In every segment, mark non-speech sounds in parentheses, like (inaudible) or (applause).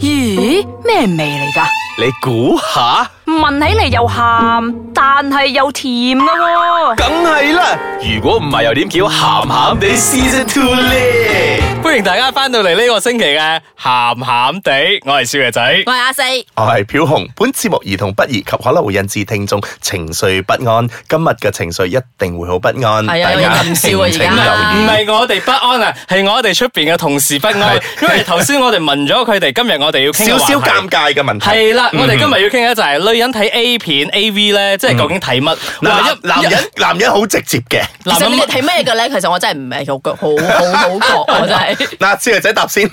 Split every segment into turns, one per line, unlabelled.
咦，咩味嚟噶？
你估下，
聞起嚟又鹹，但係又甜噶喎、
梗係啦。如果唔係，又點叫鹹鹹地 Season Two 咧？
欢迎大家翻到嚟呢个星期嘅咸咸地，我系少爷仔。
我係阿四，
我係飄紅，本節目兒童不宜及可能會引致聽眾情緒不安。今日嘅情緒一定會好不安，
係啊
大家
有人笑啊
敬請
而家
留
唔
意。
系我哋不安啊，系我哋出边嘅同事不安
係，
因为头先我哋問咗佢哋，今日我哋要傾
少少尷尬嘅問題。
系啦，我哋今日要傾嘅就係女人睇 A 片 A V 咧，即係究竟睇乜？
男
哇
男人男人好直接嘅。
其
男
實
人
你哋睇咩嘅咧？其實我真係唔係好好好好覺，我真係
嗱，小女仔
(laughs)
答先，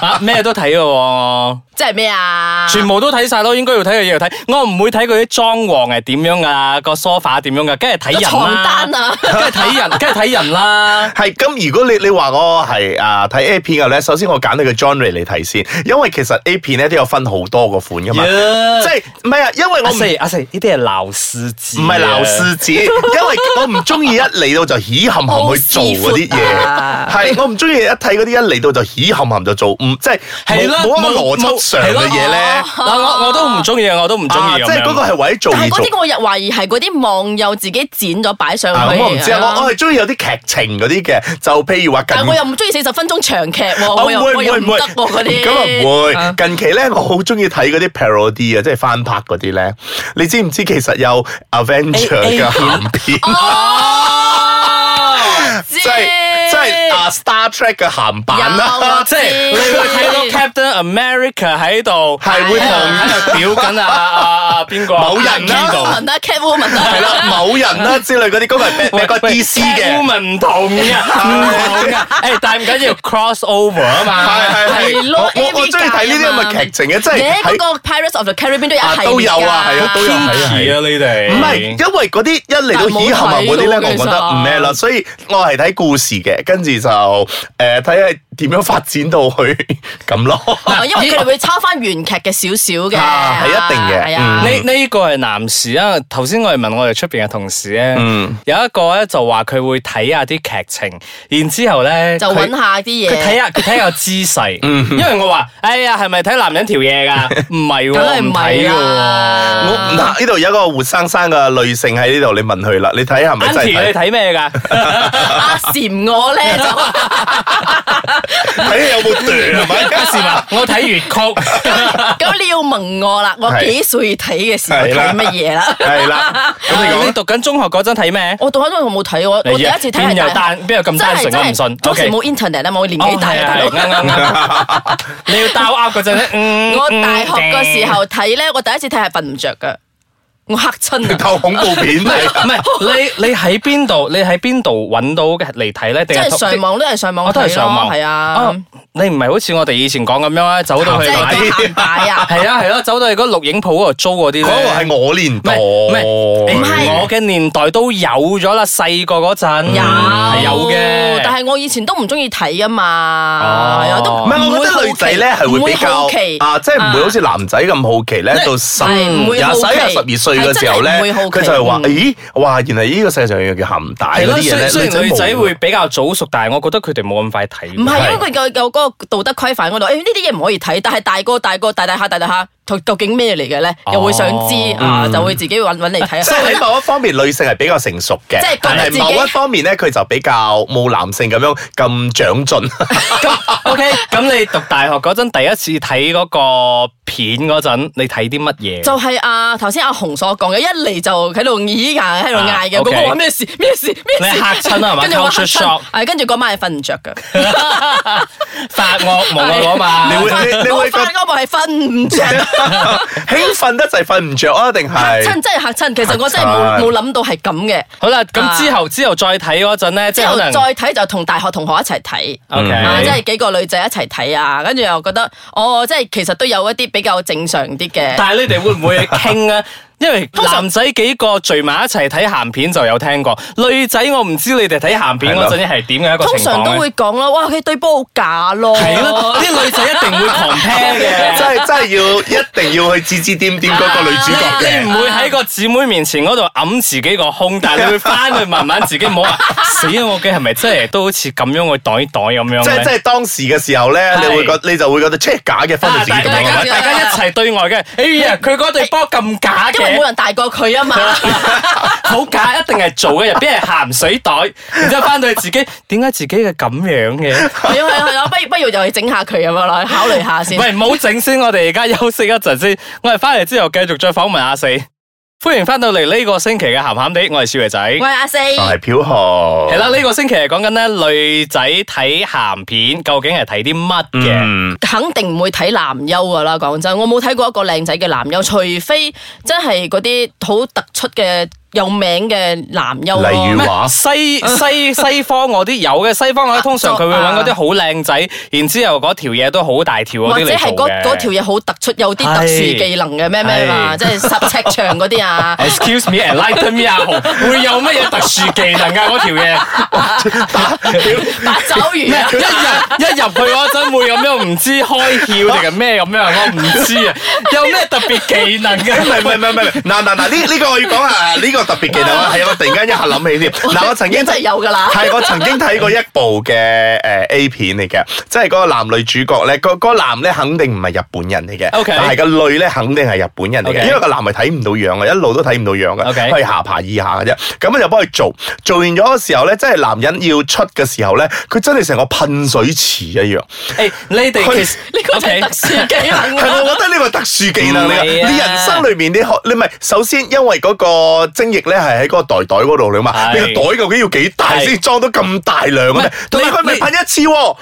啊咩都睇嘅喎。
即係咩啊？
全部都睇晒咯，應該要睇嘅嘢要睇。我唔會睇佢啲裝潢係點樣啊，個 sofa 點樣噶，梗係睇人啦。
床單啊
梗係睇人，梗係睇人啦。
係咁。如果你你話我係啊睇 A 片嘅咧，首先我揀到個 genre 嚟睇先，因為其實 A 片咧都有分好多個款噶嘛。
Yeah
即 (laughs) 係唔係啊？因為我
阿
唔
四阿四，呢啲係鬧啊獅子，
唔係鬧獅子，因為我唔中意一嚟到就起冚冚去做嗰啲
好師傅啊
嘢，係我唔中意一睇嗰啲一嚟到就起冚冚就做，唔即係冇
係啦，
冇一個邏輯上嘅嘢咧
係。咯嗱，我我都唔中意，我都唔中
啊，
意
即
咁
係嗰個
樣。
係為咗做
但
而
係嗰
做。
啲我又懷疑係嗰啲網友自己剪咗擺上
啊
去。
咁我唔知啊，我我係中意有啲劇情嗰啲嘅，就譬如話近
但我又唔中意四十分鐘長劇喎，
哦
我又
會
我又
會
唔得喎嗰啲。
咁啊
啊
唔會。近期咧，我好中意睇嗰啲 parody 啊，即係翻拍嗰啲咧。你知唔知其實有 Avenger
A-
嘅
A
鹹片，
啊哦
即係即係啊 Star Trek 嘅鹹版
有
啦
啊。
即係你會 (laughs) 睇到 Captain America 喺度，
係會
喺度喺度屌緊啊啊啊邊個
某人啊啦
邊個
Catwoman 啦，Catwoman 啦，
係啦，某人啦之類嗰啲，嗰 (laughs) 個係咩咩個 DC 嘅，
Woman 唔同
(laughs)
嘅，唔同嘅。啊誒，但係唔緊要，cross over 啊嘛。
係係係
係咯
我我我
AV
中意睇呢啲咁嘅劇情嘅，即
你
係
嗰
喺
個 Pirates of the Caribbean 都有
啊
一系列
都有啊，係啊都有係啊係
係
啊。
啊，你哋
唔係，因為嗰啲一嚟到起冚冚嗰啲咧，我覺得唔咩啦，所以我係睇故事嘅，跟住就誒睇下點樣發展到去咁咯。
哦因為佢哋會抄翻原劇嘅少少嘅，
啊係一定嘅
係啊，
呢呢個係男士啊，頭先我哋問我哋出邊嘅同事咧
嗯，
有一個咧就話佢會睇下啲劇情，然之後咧
就揾下啲嘢。
佢睇下佢睇下個姿
(laughs)
勢，因為我話：哎呀，係咪睇男人條嘢㗎？唔係喎，
梗係唔
睇
係
㗎
啦
喎。
我嗱呢度有一個活生生嘅女性喺呢度，你問佢啦，你睇係咪真
Auntie，你
係睇？(laughs)
睇咩㗎？
阿禪我
(laughs)
咧就
睇有冇斷係咪？
是嘛？我睇粵曲。
咁你要問我啦，我幾歲睇嘅時候
係啦
睇乜嘢啦？ (laughs)
係啦，咁你
啊
講
讀緊中學嗰陣睇咩？
我到喺度冇睇我，我第一次睇係
邊有
大
單
學，
邊有咁單純
真係
我唔信
當時
OK
冇 internet 啊嘛，我年紀大啊，大佬
哦係係係啱啱啱。
(laughs)
你要兜噏嗰陣咧，嗯
我大學嘅時候睇咧，我第一次睇係瞓唔着噶，我嚇
(laughs)
親啊！
套恐怖片
唔係
嚟。
唔係，你你喺邊度？你喺邊度揾到嘅嚟睇咧？
即
定
係上網都係上網睇咯，
我都係上網。
係啊
哦，，你唔係好似我哋以前講咁樣咧，走到
即
去
係
買
嗰個
啲。
鹹帶啊！
(laughs) 係啊係啊，走到去嗰錄影鋪嗰度租嗰啲咧。
嗰個係我年
唔
代，
係唔係，唔
係
我嘅年代都有咗啦，細個嗰陣
有
係有嘅。
但係我以前都唔中意睇啊
哦
嘛，係啊都
唔係，我覺得女仔咧係會比較
唔會好奇
啊，即係唔會好似男仔咁好奇咧，到十
係唔會
廿
好
十
奇
一廿十二歲嘅時候
係
咧
真係唔會好，奇嗯
佢就係話：咦，哇！原來呢個世界上有樣叫鹹帶
係
嗰
咯，
啲嘢咧，
雖雖然女仔
冇
會比較早熟，但係我覺得佢哋冇咁快睇。
唔係因
(laughs)
為佢有有嗰個道德規範嗰度，誒哎呢啲嘢唔可以睇，但係大個大個大大下大大下，究究竟咩嚟嘅咧？又會想知啊，就會自己揾揾嚟睇
哦嗯即係喺
下。
某一方面，女性係比較成熟嘅
即係覺，得
但係
自己
某一方面咧，佢就比較冇男性咁樣咁長
(laughs)
進。
O K，咁你讀大學嗰陣第一次睇嗰個片嗰陣，你睇啲乜嘢？
就 (laughs) 係啊，頭先阿紅所講嘅，一嚟就喺度咦嗌，喺度嗌嘅，
啊
嗰個
OK
話咩事咩事咩事，
你嚇親啊係
(laughs)
嘛
跟住我嚇
Culture shock
親，係跟住嗰晚係瞓唔着嘅。
(laughs) 發惡夢啊嗰
你
晚
會，你你
我
會覺
發嗰部係瞓唔着。
興奮得滯，瞓唔着啊？定係
嚇親真係嚇親，其實我真係
嚇
冇
親
冇諗到係咁嘅。
好啦，咁之後之後再睇嗰陣咧，
啊之
即係
後
可能
再睇就同大學同學一齊睇。
O
啊，即係
K，
幾個女仔一齊睇啊，跟住又覺得，哦，即係其實都有一啲比較正常啲嘅。
(laughs) 但係你哋會唔會傾 (laughs) 啊？因為男仔幾個聚埋一齊睇鹹片就有聽過，女仔我唔知你哋睇鹹片嗰陣係點嘅一個
通
情況
常都
咧
會講咯，哇，佢對波好假咯。 (laughs)
(laughs) 係咯，啲女仔一定會 compare 嘅。
真係真係係要一定要去指指點點嗰個女主角
啊
你唔
嘅。
會喺個姊妹面前嗰度揞自己個胸，但係你會翻去慢慢自己唔 (laughs) 好話死啊！我嘅係咪真係都好似咁樣去袋袋咁樣
即係即
咧？
係當時嘅時候咧，
係
你會覺你就會覺得 check 假嘅，分到
啊
自己
大
咁
大家
樣。
大家一齊對外嘅，哎呀，佢嗰對波咁假
因為冇
嘅，
人大過佢
(laughs)
啊嘛，
好假，一定係做嘅，入邊係鹹水
(laughs)
袋，然之後翻到去自己，點解自己嘅咁樣嘅？
係啊係啊係啊，不如不如又去整下佢咁樣啦，考慮下先。
喂，唔好整先，我哋而家休息一陣先，我哋翻嚟之後繼續再訪問阿四。歡迎翻到嚟呢個星期嘅鹹鹹地，我係少爺仔。
喂，阿四，
就係飄紅。
系啦，呢、個星期係講緊咧女仔睇鹹片，究竟係睇啲乜嘅？
嗯，
肯定唔會睇男優噶啦，講真，我冇睇過一個靚仔嘅男優，除非真係嗰啲好突出嘅有名嘅男優咯
例如
咩
話
西西西方嗰啲有嘅，西方嗰啲通常佢會揾嗰啲好靚仔，然之后嗰條嘢都好大條嗰
或
啲
者係
嚟做
嗰
嘅。
嗰條嘢好突出，有啲特殊技能嘅咩咩嘛，
係。
即係十尺長嗰啲啊
Excuse (laughs) me, enlighten me 阿豪，會有乜嘢特殊技能啊？嗰條嘢
八爪魚啊
一！入一入去嗰陣會咁樣唔知開竅定係咩咁樣，我唔知啊。有咩特別技能啊
唔係
嘅？
唔係唔係唔係，嗱嗱嗱，呢呢個我要講下，呢個特別技能
(laughs)
啊，係我突然間一下諗起添。嗱，我曾經
真係有㗎啦
係我曾經睇過一部嘅誒 A 片嚟嘅，即係嗰個男女主角咧，個嗰個男咧肯定唔係日本人嚟嘅
OK
但係個女咧肯定係日本人嚟
OK
嘅，因為個男係睇唔到樣嘅，啊一路都睇唔到樣嘅，
OK
係下爬以下嘅啫。咁就幫佢做，做完咗嘅時候咧，即係男人要出嘅時候咧，佢真係成個噴水池一樣。
(laughs) 誒，你哋 (laughs) 其實
呢個就係
OK
特殊技能
係，
啊
我覺得呢個特殊技能嚟㗎。
唔係啊
你人生裏面你學，你咪首先因為嗰個精液咧係喺嗰個袋袋嗰度嚟嘛，
係
你個袋究竟要幾大
係
先裝到咁大量嘅咧？
唔係
同埋佢咪
你
噴一次喎，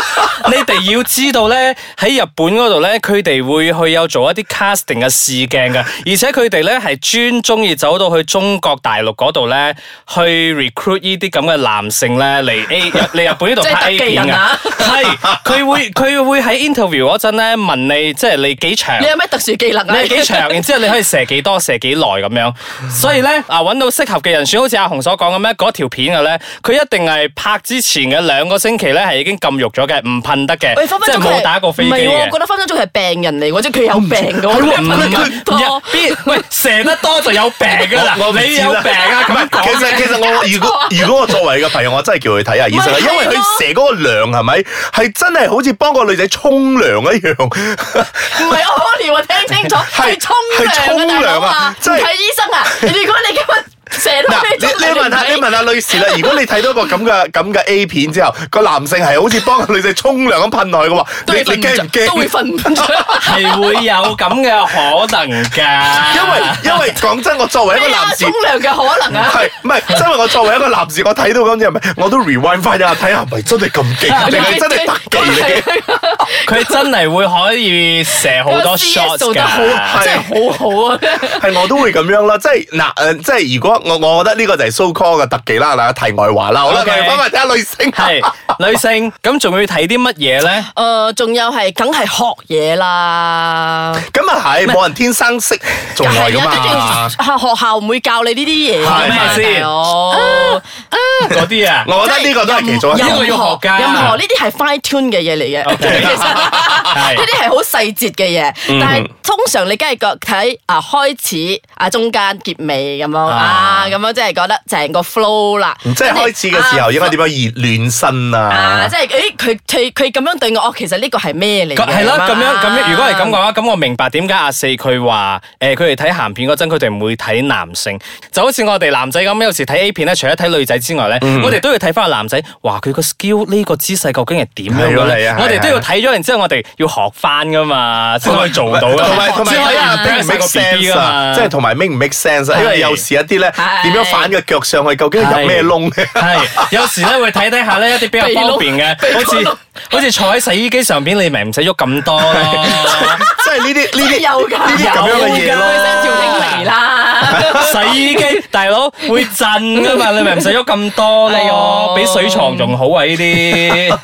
(laughs)
你哋要知道咧，喺日本嗰度咧，佢哋會去有做一啲 casting 嘅試鏡嘅，而且佢哋咧係專中意走到去中國大陸嗰度咧，去 recruit 呢啲咁嘅男性咧嚟 A 嚟日本呢
(laughs)
度
即係
拍
特
A
技
片
人
嘅
啊，
係佢會佢會喺 interview 嗰陣咧問你，即係你幾長
你。有咩特殊技能啊？
(laughs) 你係幾長，然之後你可以射幾多、射幾耐咁樣，所以咧啊揾到適合嘅人選，好似阿紅所講咁咧，嗰條片嘅咧，佢一定係拍之前嘅兩個星期咧係已經禁肉咗嘅，唔噴得嘅
喂，分，
即
分
係
鐘佢
冇
係
打過飛機
唔係喎，我覺
嘅。
得分分鐘佢係病人嚟喎，即係佢有病嘅喎，
唔
佢分咁多。
邊喂射得多就有病
(laughs)
噶啦，
唔
你
知
有
啦
病啊
唔
咁
係
樣講
其實其實我如
(laughs)
果如果我作為嘅朋友，我真係叫佢睇下醫生啦，
咪係
因
咯
為佢射嗰個量係咪係真係好似幫個女仔沖涼一樣。
唔係屙尿啊！聽清楚，係沖
係
涼啊，
沖
大
涼
佬
啊
啊，唔
真係
睇醫生啊！如果你今日成
嗱，
日
你
都去沖涼
你問下你問下女 (laughs) 士啦，如果你睇到個咁嘅咁嘅 A 片之後，個男性係好似幫個女仔沖涼咁噴落去嘅話，你
都會瞓
你
唔
驚唔
著，都會
驚？
瞓唔
(laughs)
着。
係會有咁嘅可能㗎，
因為因為講真，我作為一個
咩啊
男士
沖。涼嘅可能啊！
係唔係？因為我作為一個男士，我睇到咁樣咪，我都 rewind 翻一下睇下，係咪真係咁勁，定係真係特技嚟嘅？
佢真係會可以射好多 shot
做
㗎
得。好，真係好好
(laughs)
啊！
係我都會咁樣啦，即係嗱誒，即係如果我我覺得呢個就係 so call 嘅特技啦，嗱題外話啦，好啦，我
OK
哋翻翻睇下女星。
係女性，咁仲要睇啲乜嘢咧？
(laughs) 誒，仲有係梗係學嘢啦，
咁啊係，冇人天生識做愛
係
噶
啊
嘛。
跟住學校唔會教你呢啲嘢㗎嘛，
係咩先
大佬
嗰啲啊，
我覺得呢個都係其中一
任
個
呢個要學㗎
任何呢啲係 fine tune 嘅嘢嚟嘅，
OK
其實
係
呢啲係好細節嘅嘢。
嗯
但係通常你梗係覺睇啊開始啊中間結尾咁樣
啊
啊咁樣，即係覺得成個 flow 啦。
即係開始嘅時候應該點樣熱暖身
啊？
啊？
即係誒佢佢佢咁樣對我，哦，其實呢個係咩嚟
咁
嘅？
係啦，咁樣
啊
咁樣，如果係咁嘅話，咁我明白點解阿四佢話誒，佢哋睇鹹片嗰陣，佢哋唔會睇男性，就好似我哋男仔咁，有時睇 A 片咧，除咗睇女仔之外咧，
嗯
我哋都要睇翻個男仔，哇，佢個 skill 呢個姿勢究竟係點樣嘅
係
咧
啊係啊？
我哋都要睇咗，然之後我哋要學翻噶嘛，先可以做
(laughs)
到㗎嘛，
同埋同埋
先可
睇
以
下 make 唔
impress
make
個 BB
sense
㗎
啊，
嘛
即係同埋 make 唔 make sense 啊？因為有時一啲咧
係
點樣反個腳上去，究竟係入咩窿嘅？
係，有時咧會睇睇下咧一啲比較方便
(laughs)
嘅，好似好似坐喺洗衣機上邊，你咪唔使喐咁多
(laughs)
咯。 (laughs)
(laughs)
即係呢啲呢
真係
啲
有㗎
呢啲咁樣嘅嘢
有㗎
咯。
真係調整嚟啦。
(laughs) 洗
(laughs)
衣機大佬會震噶嘛，你咪唔使喐咁多
哎呦
咯，比水床仲好啊
(laughs)
呢啲。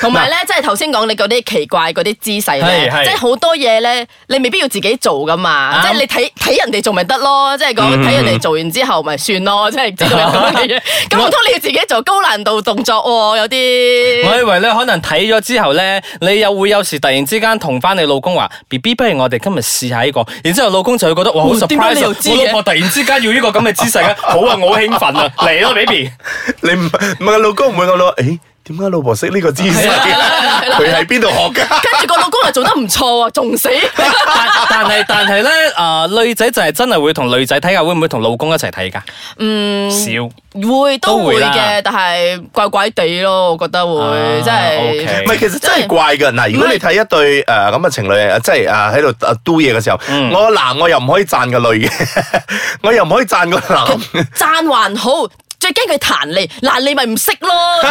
同埋咧，即係頭先講你嗰啲奇怪嗰啲姿勢咧
係係，
即係好多嘢咧，你未必要自己做噶嘛。
啱嗯
即係你睇睇人哋做咪得咯，即係講睇人哋做完之後咪算咯，即係知道有咁嘅
(laughs)
嘢。咁唔通你要自己做高難度動作喎？有
我
啲
(laughs) 以為咧，可能睇咗之後咧，你又會有時突然之間同翻你老公話 B B B，不如我哋今日試下呢個。然之後老公就會覺得哇好
嗯點解你
surprise，
又
啊
知
我
嘅
老婆突然之間要呢個咁嘅姿勢
(laughs)
啊！好啊，我好興奮啊！嚟咯，baby，
你唔唔係老公唔會咁老，誒點解老婆識呢個姿勢？佢喺邊度學㗎？
(laughs) 跟住個老公又做得唔錯啊，仲
(laughs)
死。
但但係但係咧，啊女仔就係真係會同女仔睇㗎，會唔會同老公一齊睇㗎？嗯，少。
會
都
都
會
會
啦
嘅，但係怪怪地咯，我覺得
啊
會真
OK
係
唔係，其實真係怪㗎。嗱，如果你睇一對誒咁嘅情侶，即係誒喺度誒 do 嘢嘅時候，我男我又唔可以讚個女嘅，我又唔可以讚個男。
讚還好。最驚佢彈你，嗱你咪唔識
(laughs)
咯， (laughs)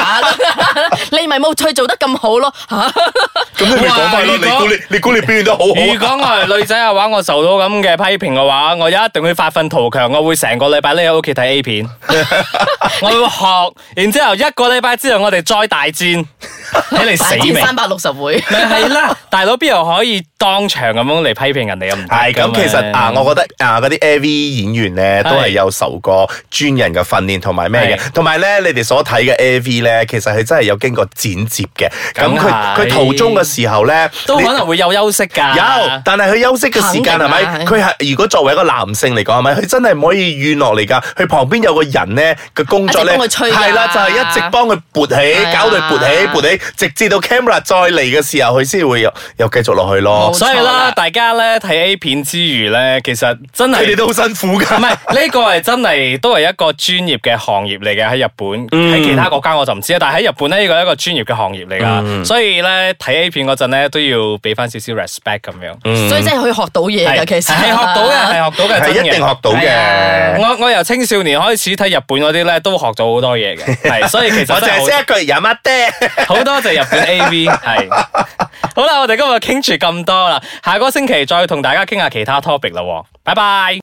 你咪冇趣做得咁好咯，嚇
咁你咪講翻咯，
哇
你估你你估你表現得好 (laughs)
如
好
果
啊？
我係女仔嘅話，我受到咁嘅批評嘅話，我一定會發奮圖強，我會成個禮拜匿喺屋企睇 A
(laughs)
片，我會學，然之後一個禮拜之後我哋再大
(laughs)
戰，睇嚟
大
死
戰
未？
三百六十回。
咪係啦，大佬邊度可以當場咁樣嚟批評人哋咁唔得㗎嘛
係咁，其實啊，我覺得啊，嗰啲 AV 演員咧都係
係
有受過專人嘅訓練同埋咩
係
嘅，同埋咧你哋所睇嘅 AV 咧，其實係真係有經過剪接嘅。咁
梗
佢
係
佢途中嘅時候咧，
都
你
可能會有休息㗎，
有，但係佢休息嘅時間係咪？
啊肯定啦啊
佢係如果作為一個男性嚟講係咪？佢真係唔可以軟落嚟㗎。佢旁邊有個人咧嘅工作
一
咧，
直幫佢吹㗎
係啦，就係一直幫佢勃起，
係啊
搞到佢勃起勃起，直至到 camera 再嚟嘅時候，佢先會又又繼續落去咯
冇。錯
所以啦，
啦
大家咧睇 A 片之餘咧，其實真係
佢哋都好辛苦
唔係
㗎。
呢個係真係都係一個專業嘅行業嚟嘅喺日本，喺、其他國家我就唔知啦。但係喺日本咧，呢個係一個專業嘅行業嚟噶，所以咧睇 A 片嗰陣咧都要俾翻少少 respect 咁樣。
所以真係可以學到嘢
嗯係
㗎，其實
係學到嘅，係學到嘅，
係
真嘅
一定學到嘅
係啊我我由青少年開始睇日本嗰啲咧，都學到好多嘢 (laughs) 嘅，係所以其實
我淨
真係
係
好
識一句飲乜爹。
好多謝日本 A.V. 係好啦，我哋今日傾住咁多啦，下個星期再同大家傾下其他 topic 啦喎，拜拜。